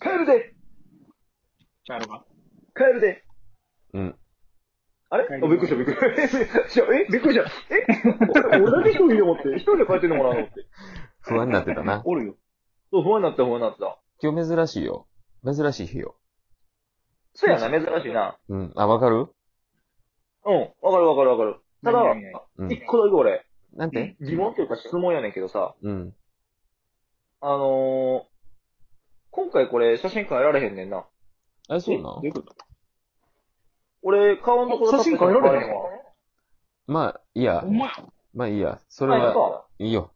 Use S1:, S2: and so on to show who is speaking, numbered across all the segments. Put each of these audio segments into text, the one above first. S1: 帰るで
S2: チャールが。
S1: 帰るで
S3: うん。
S1: あれ
S2: 帰
S1: あ、
S2: り
S1: びっくりした、びっくりした。 え、びっくりした。え、俺だけ一人でもって、一人で帰ってんのかなと思って。
S3: 不安になってたな。
S2: おるよ。
S1: そう、不安になった、不安になった。
S3: 今日珍しいよ。珍しい日よ。
S1: そうやな、珍しいな。
S3: うん。あ、わかる
S1: うん、わかるわかるわかる。ただ、
S2: 何々々
S3: うん。
S1: 一個だけ俺、
S3: なんて
S1: 疑問というか質問やねんけどさ、
S3: うん。
S1: あのー、今回これ写真変えられへんねんな。
S3: あ、そう
S2: え
S3: な
S2: ど
S3: の
S2: ういうこと
S1: 俺、顔のところ
S2: 写真変えられへんわ。
S3: まあ、いいや
S2: お。前、
S3: まあいいや。そ
S1: そ
S3: れは、いいよ。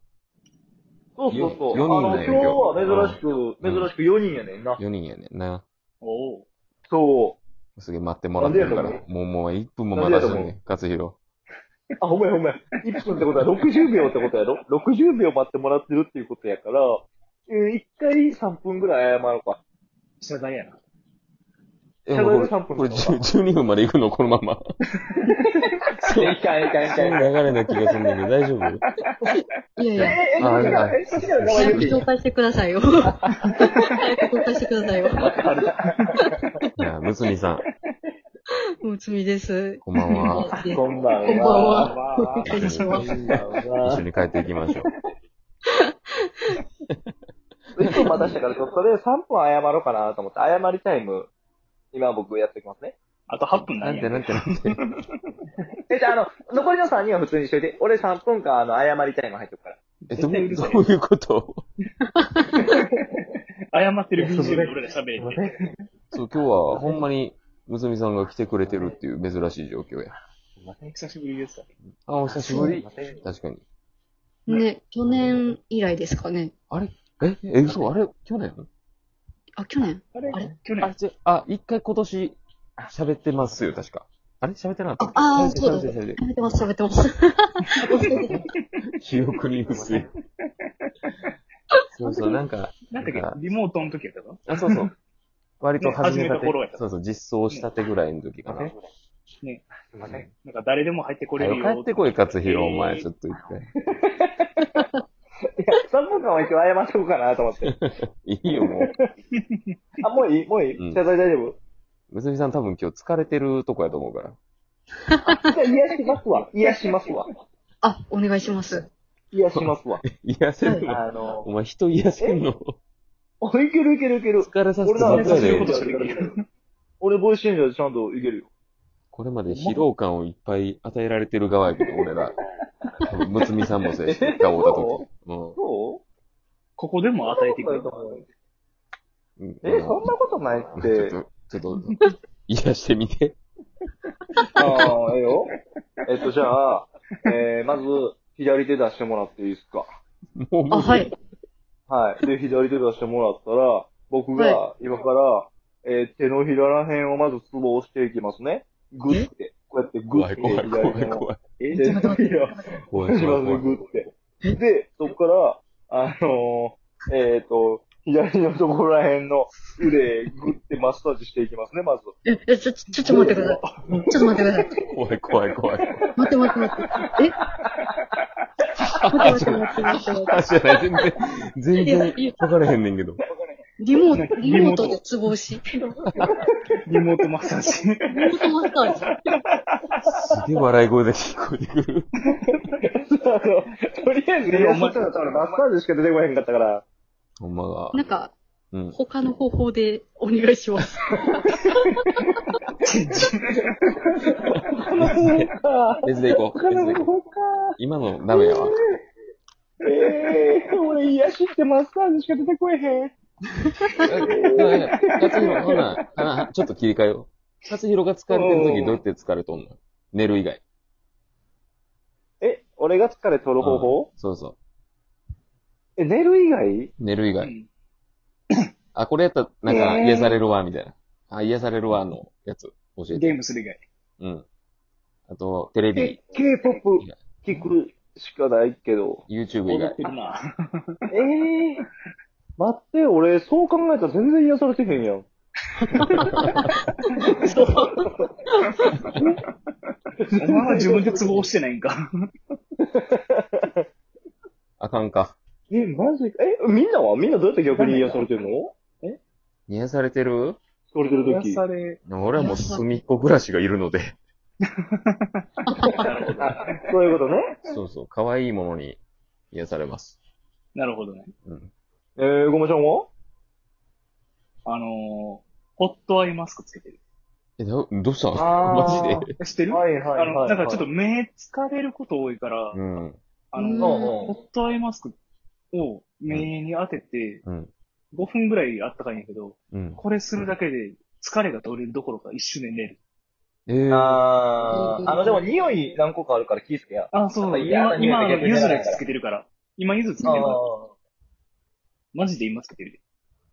S1: そうそうそう。
S3: よ四人なんや
S1: あ
S3: け
S1: の、
S3: ど
S1: 今日は珍しく、
S3: うん
S1: 珍しく4人やねんな。
S3: 4人やねんな。
S2: おう。
S1: そ
S3: すげえ待ってもらってるか
S1: なんで
S3: ら
S1: や。
S3: もう、もう1分も待たせ
S1: なん
S3: る
S1: でや
S3: ね。勝弘。
S1: う。あ、ほんまやほんまや。1分ってことは60秒ってことやろ ?60 秒待ってもらってるっていうことやから、うん、1回3分ぐらい謝ろうか。
S2: 謝罪やな。
S3: え、
S1: 謝罪
S3: もうこれ、
S1: 3分
S3: これ10 12分まで行くのこのまま。そう、
S1: いかんいかんい
S3: そういう流れな気がするんだけど、大丈夫
S4: いやい
S1: え、え
S4: や、、
S1: え、
S3: ああ
S1: え、え、そしたら名前
S4: 早
S1: 言っ
S4: く
S1: ていい
S4: 紹介してくださいよ。早く紹介してくださいよ。
S3: いや、むつみさん、
S4: もうつみです。
S3: こんばんは。
S4: いや
S1: こんばん
S4: こんばん
S1: は。
S4: は。失礼します。
S1: こんばん
S3: 一緒
S1: は。
S3: に帰っていきましょう。
S1: 1分待たしたから、ちょっとで3分謝ろうかなと思って、謝りタイム、今僕やっておきますね。
S2: あと8分な
S3: なんん
S2: や
S3: てなんてなんて。
S1: え、じゃあ、あの、残りの3人は普通にしといて、俺3分間、あの、謝りタイム入っとくから。
S3: え、ど
S2: 絶
S3: う
S2: 対うるさい
S3: どういうこと
S2: 謝ってる BGM で俺ら喋 れて。
S3: そう、今日はほんまに、むつみさんが来てくれてるっていう珍しい状況や。
S2: 久しぶりですか
S3: あ、お久しぶり
S1: すいません。
S3: 確かに。
S4: ね、去年以来ですかね。
S3: え、え、嘘あれ去年
S4: あ、去年
S2: あれ
S4: あ
S2: 去
S3: あ、
S2: 年、
S3: じゃ、あ、一回今年、喋ってますよ、確か。あれ喋ってなかった
S4: ああ
S3: 喋
S4: ー
S3: って
S4: そうだ
S3: 喋って喋って
S4: 食べてます、食べて ます。
S3: 記憶に薄い。そう そう、なんか、
S2: なんだっけ、リモートの時やったか
S3: あ、そうそう。割と始めた
S2: ね始めた
S3: て
S2: 頃やっ、た
S3: そうそう、実装したてぐらいの時かな。
S2: ね。
S1: すいません。
S2: なんか誰でも入ってこれ
S3: は
S2: る
S3: い
S2: よ。
S3: 帰ってこい、勝弘、お
S2: え
S3: 前、
S2: ー
S3: ちょっと一回。
S1: いや、3分間は一応謝っとこうかなと思って。
S3: いいよ、もう。
S1: あ、もういいもういい
S3: うん
S1: 謝罪大丈
S3: むつみさん多分今日疲れてるとこやと思うから。
S1: 夫じゃあ癒やしますわ。癒やしますわ。
S4: あ、お願いします。
S1: 癒やしますわ。
S3: 癒せるの
S1: あの、
S3: お前人癒せんの
S1: おいけるいけるいける。
S3: 疲れさせ
S1: 俺
S3: て
S1: ら
S3: ば
S1: は
S3: っ
S2: 俺
S3: か
S2: らそう
S3: りだ
S2: いうこ
S3: よ
S2: と。しかできる。
S1: 俺、ボイスチェンジャーでちゃんといけるよ。
S3: これまで疲労感をいっぱい与えられてる側やけど、俺ら。多分むつみさんもそうやし、一回会うた時。うん
S1: そ
S2: ここでも与えてくれる。
S1: う
S3: うん。
S1: え、そんなことないっ
S3: ち
S1: て。
S3: ょっと、ちょっと、癒してみて。
S1: ああ、ええ よ。えっと、じゃあ、えー、まず、左手出してもらっていいですか。
S3: もう無理
S4: あ、はい。
S1: はい。で、左手出してもらったら、僕が
S4: は
S1: 今から、えー手のひらら辺をまずツボを押していきますね。グッて。こうやってグ
S3: 怖
S1: ッ
S3: い
S1: て
S3: 怖い
S1: 左
S3: 怖
S1: 手
S3: い
S1: を。
S3: 怖い。
S1: え
S4: ちょっと
S1: 手
S4: 待
S1: の
S4: って
S1: ひら、
S3: 怖い
S1: 一
S3: 怖い
S1: 番で
S3: 怖い
S1: グッて。で、そこから、あのー、えっ、と、左のところら辺の腕、グッてマッサージしていきますね、まず。
S4: え、えちょ、ちょ、ちょっと待ってください。ちょっと待ってください。
S3: 怖い怖い怖い。
S4: 待って待って待って。え
S3: あ、
S4: 待って待って待って待って。
S3: じゃない、全然、全然分からへんねんけど。
S4: リモート、リモートで都合し。リモ
S2: リモートマッサー ジ。
S4: ートマッサージ。
S3: すげえ笑い声が聞こえてくる。
S1: あのとりあえず、リアスしたら多分マッサージしか出てこへんかったから。
S3: ほんまが。
S4: なんか、
S3: うん。
S4: 他の方法でお願いします。
S1: 他の方か。
S3: 別で行こう。
S1: 他
S3: 別で
S1: の
S3: 行こ
S1: 方
S3: う。
S1: か。
S3: 今のダメやわ。
S1: ええー、俺癒しってマッサージしか出てこえへん。
S3: 勝弘、ほな、ほな、ちょっと切り替えよう。勝弘が疲れてる時どうやって疲れとんの寝る以外。
S1: え、俺が疲れ取る方法
S3: そうそ
S1: え、寝る以外
S3: う。寝る以
S2: う
S3: 外。
S2: ん
S3: あ、これやったら、なんか、
S1: えー
S3: 癒されるわ、みたいな。あ、癒されるわ、のやつ、教えて。
S2: ゲームする以外。
S3: うん。あと、テレビ
S1: え、、K-POP 聞くしかないけど。
S3: YouTube
S2: 踊
S3: 以
S2: っ
S3: 外
S2: て。るな。
S1: ええー。待って、俺、そう考えたら全然癒されてへんやん。
S2: お前は自分で都合してないん か。
S3: あかんか。
S1: え、マジか。え、みんなはみんなどうやって逆に癒されてんの
S3: 癒されてる
S1: 俺出る
S2: 癒
S1: 時。
S2: され、
S3: 俺はもう隅っこ暮らしがいるので。
S1: あそういうことね。
S3: そうそう、可愛いものに癒されます。
S2: なるほどね。
S3: うん。
S1: えー、ごまちゃんは
S2: あのー、ホットアイマスクつけてる。
S3: え、だどうした
S1: あー
S3: マジで
S2: 知ってる
S1: はいは
S2: あの、なんかちょっと目疲れること多いから、
S3: うん。
S2: あ
S4: うん
S2: の、
S1: うん
S2: ホットアイマスクを目に当てて、
S3: うん。
S2: 5分ぐらいあったかいんやけど、
S3: うん。
S2: これするだけで疲れが取れるどころか一瞬で寝る。
S3: えー、
S1: あー、あの、でも匂い何個かあるから気ぃつけや。
S2: あ、そ
S1: やっ
S2: うそ
S1: ぱ
S2: う。
S1: り嫌な
S2: 今、
S1: 匂い
S2: 今、
S1: が
S2: あの、
S1: 出て
S2: ゆ
S1: ない
S2: ず
S1: から
S2: のやつつけてるから。今、ゆずつけ
S1: あ
S2: て
S1: ー
S2: るから。マジで今つけてるで。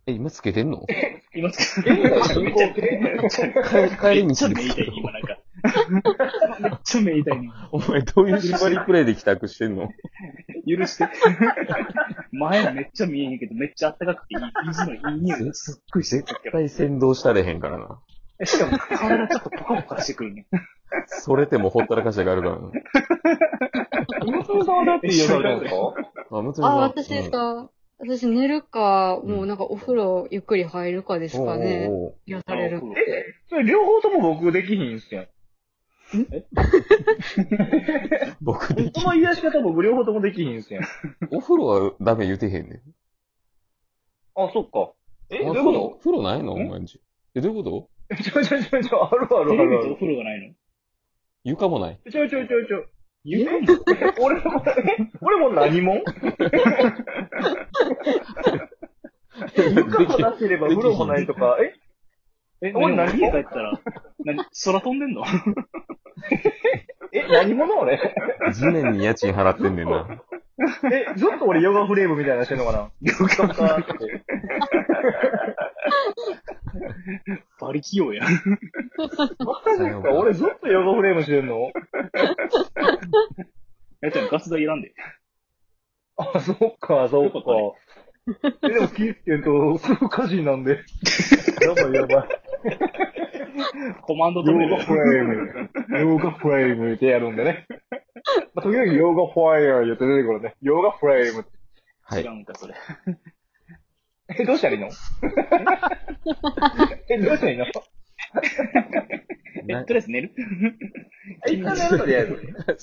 S3: え、今つけてんの
S2: 今つけてる。
S1: 現在進行形
S2: めっちゃ、
S3: 帰り
S2: めっち
S3: 道
S2: ゃ
S3: に
S2: 目痛い、今なんか。めっちゃ目痛いね。
S3: お前どういう縛りプレイで帰宅してんの
S2: 許して。 前めっちゃ見えへんけど、めっちゃあったかくていい、水のいい匂いがすっごいしてく
S3: 絶
S2: る。
S3: 対先導したれへんからな。
S2: えしかも、体ちょっとポカポカしてくるね。
S3: それてもほったらかしがあるからな。
S1: 今 そさんはだって癒されてるんですか
S3: あ、むつ
S4: あ、私ですか。私寝るか、もうなんかお風呂ゆっくり入るかですかね。
S3: おうおう
S4: 癒されるって。
S1: それ両方とも僕できひんすやん。
S3: 僕で
S1: そ
S3: き、
S1: の癒し方僕両方ともできひんすやん。あ、
S3: お風呂はダメ言うてへんねん。
S1: そっか。え、ど
S3: お
S1: う
S3: 風
S1: いう
S3: 呂
S1: こ
S3: お風呂ないのお
S1: え
S3: 前んち。え、どういうこと
S1: とちょちょちょちょ、あるあ
S2: テ
S1: るあ
S2: レビ
S1: るあ
S2: とお
S1: る。
S2: 風呂がないの
S3: 床もない。
S1: ちょちょちょちょ。
S2: 言う
S1: 俺も、え俺も何 も床もなければ風呂もないとか、え
S2: え、
S1: 俺
S2: 俺
S1: 何
S2: 何家帰ったら、何、空飛んでんの
S1: え、何者俺
S3: 地面に家賃払ってんね んな。
S1: え、ずっと俺ヨガフレームみたいなのしてんのかなヨガって。
S2: バリ器用や。
S1: マジですか俺ずっとヨガフレームしてんの
S2: やったらガス代いらんで。
S1: あ、そっか、そっか。え、でも気ぃつけんと、すぐ火事なん で。やばいやばい。
S2: コマンド止め
S1: ヨ ガ。
S2: る
S1: フレーム。ヨガフレームってやるんで ね。まあ、時々ヨガファイヤー言って出てくるね。ヨガフレームって。
S3: は
S2: 違
S3: い。
S2: うんか、それ。
S1: え、どうしたらいいの え、どうしたらいいの
S2: え、
S3: な
S2: とりあえず寝る
S1: 一旦やるとりあえず。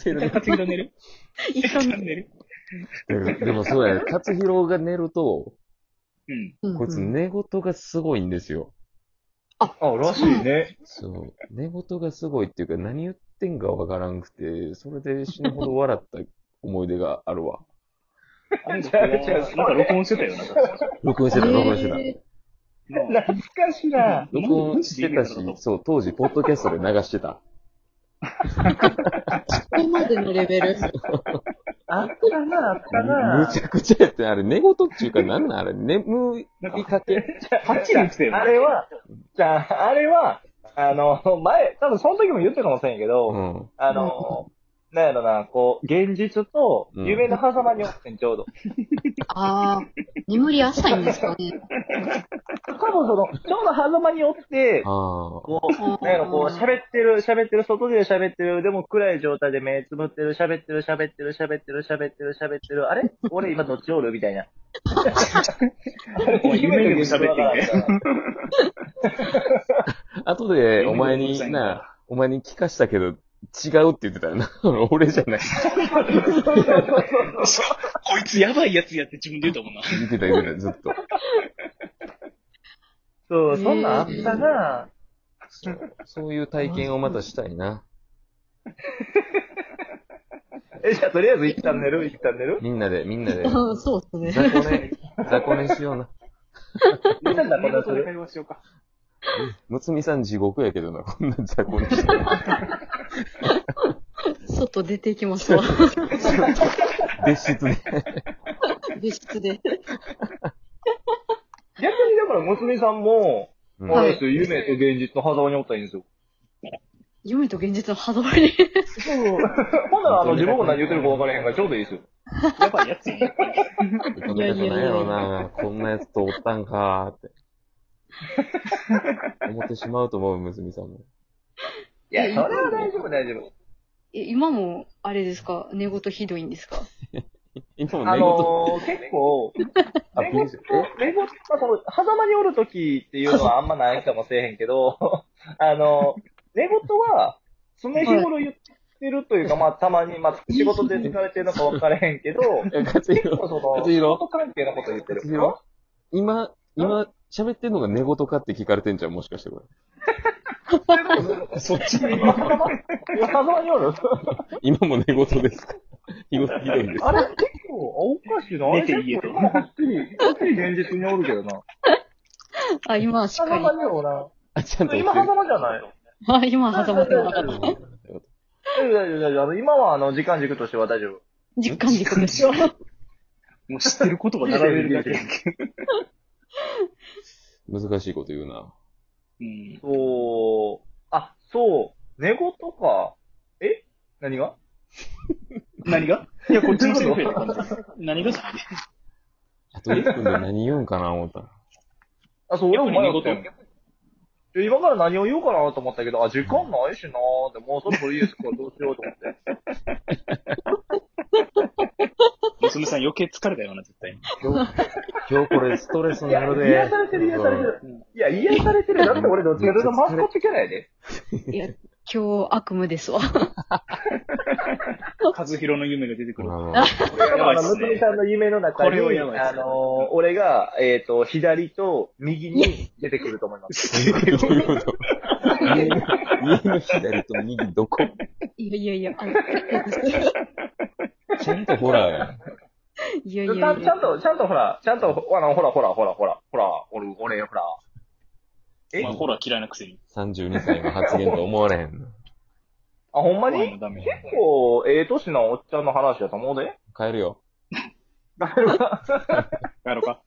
S2: 一回担いで寝る
S4: 一
S2: 一
S4: 緒に
S2: 旦寝る
S3: でもそうや、勝弘が寝ると、
S2: うん。
S4: うん
S3: こいつ
S4: うん
S3: 寝言がすごいんですよ。
S1: あ、らしいね。
S3: そう。寝言がすごいっていうか、何言ってんかわからんくて、それで死ぬほど笑った思い出があるわ。
S2: あれ、
S1: じゃあじゃあ
S2: なんか録音してたよ、 なんか。
S3: 録音してた、録音してた。
S4: え
S2: なあ
S1: 懐かしいな。
S3: 録音してたし、そう、当時、ポッドキャストで流してた。
S4: ーここまでのレベル。
S1: あったな、あった
S3: む
S1: な。
S3: ちゃくちゃやってんあれ、寝言っていうか、なんなんあれ、眠いかけ。
S2: はっきり言ってたよ。
S1: あれは、じゃあ、あれは、あの、前、多分その時も言ってたかもしれんけど、
S3: うん。
S1: あの、なんやろな、こう、現実と夢の狭間におってん、ちょうど。
S4: ああ、眠り浅いんですかね。
S1: 多分その、ちょうど狭間におって、
S3: ああ。
S1: こう、なんやろ、こう、喋ってる、喋ってる、外で喋ってる、でも暗い状態で目つぶってる、喋ってる、喋ってる、喋ってる、喋ってる、喋ってる、あれ俺今どっちおるみたいな。
S2: お前夢でも喋って
S1: てんね。
S3: 後で、お前
S2: うるさ
S3: に、
S2: いな
S3: な、お前に聞かしたけど、違うって言ってたよな。 俺じゃない。
S2: こいつやばいやつやって自分で言うたもんな。
S3: 言ってた言ってた、ずっと。
S1: そう、そんなんあったな。
S3: そうそういう体験をまたしたいな。
S1: え、じゃあとりあえず一旦寝る一旦寝る
S3: みんなで、みんなで。
S4: あーそうですね。
S3: 雑魚寝、雑魚寝しような。
S1: みん なでこんなする
S2: 会話しようか。
S3: むつみさん地獄やけどな、こんな雑魚寝して。
S4: 外出ていきます わ。
S3: 別室で。
S4: 別室で。
S1: 逆にだから、娘さんも、
S3: う
S1: あ
S3: ん
S1: れですよ、夢と現実の狭間におったらいいんですよ。
S4: 夢と現実のハードに。
S1: ほんなら、あの、自分も何言ってるか分からへんから、ちょうどいいですよ。
S2: やばいやつやん、やっぱり。
S3: こんなやつなんやろな、こんなやつとおったんかーって。思ってしまうと思う、むつみさんも。
S1: いや、それは大丈夫、大丈夫。
S4: え今も、あれですか寝言ひどいんですか
S3: 今も
S1: あ
S3: 寝言、
S1: のー、結構、
S3: あ、
S1: 寝
S3: びっ
S1: 言
S3: くりしたえ、
S1: 寝言、まあ、この、狭間におるときっていうのはあんまないかもしれへんけど、 あの、寝言は、常日頃言ってるという か、まあ、たまに、まあ、仕事で疲れてるのか分からへん けど、
S3: え、勝
S1: 結
S3: 弘、
S1: 構そ の、
S3: 勝
S1: 仕
S3: 弘
S1: 事関係のこと言ってる。
S3: 勝弘今、今、喋ってんのが寝言かって聞かれてんじゃん、もしかしてこれ。
S2: そっちに。
S1: 今、狭間今狭間におる
S3: 今も寝言ですかひどひどいです。
S1: あれ、結構、おかしい な。あれ
S2: 寝て言えて
S1: 結構はっきり、はっきり現実におるけどな。
S4: あ、今はしっ
S1: 狭
S4: かり
S1: 間。におらん。
S3: あ、ちゃんと起き
S1: 今、
S3: てる
S1: 狭間じゃないの
S4: あ、今は挟まってなかった。
S1: 大丈夫、大丈夫、大丈夫あの。今は、あの、時間軸としては大丈夫。
S4: 実感軸でしょ。
S2: もう知ってることが並べるだけやんけ。
S3: 難しいこと言うな。
S2: うん。
S1: そう。あ、そう。寝言か。え何 が
S2: 何がいや、こっちのセリフやで完全に何がじゃない
S3: あと1分で何言うんかな、思ったら。
S1: あ、そう、俺も
S2: やっ
S1: 迷っ
S2: ぱ
S1: た
S2: り
S1: よ
S2: 寝言。
S1: いや今から何を言おうかなと思ったけど、あ、時間ないしなーって、もうそろそろいいですからどうしようと思 って。
S2: 娘さん余計疲れたよな、絶対に。
S3: 今日、今日これストレスになるで。
S1: 癒されてる、癒されてる。いや、癒されてる。だって俺どっちかというとマスコットキャラやで。
S4: いや、今日悪夢ですわ。
S2: 和弘の夢が出てくる。
S3: う
S1: こ
S3: ん
S1: れがあ
S2: や
S1: の、
S2: ばいっすね
S1: 娘さんの夢の中
S2: こ
S1: に、
S2: れはやばいっすね
S1: あのー、俺が、えっと、左と右に出てくると思います。
S3: どういうこと家の家の左と右どこ
S4: いやいや いや、あの
S3: ちゃんとホラーやん。
S4: いやい
S1: ち
S4: や
S1: ゃ
S4: い
S1: ん
S4: や。
S1: ちゃんと、ちゃんとほら、ちゃんと、ほあのほらほらほらほら、ほら、俺、俺、ほら。え
S2: まあ、ホラー嫌いなくせに。
S3: 32歳の発言と思われへんな。
S1: あ、ほんま
S2: ホ
S1: に
S2: ラー
S1: 結
S2: もダメ。
S1: 構、ええ 年のおっちゃんの話やと思うで。
S3: 帰るよ。
S2: やろうか。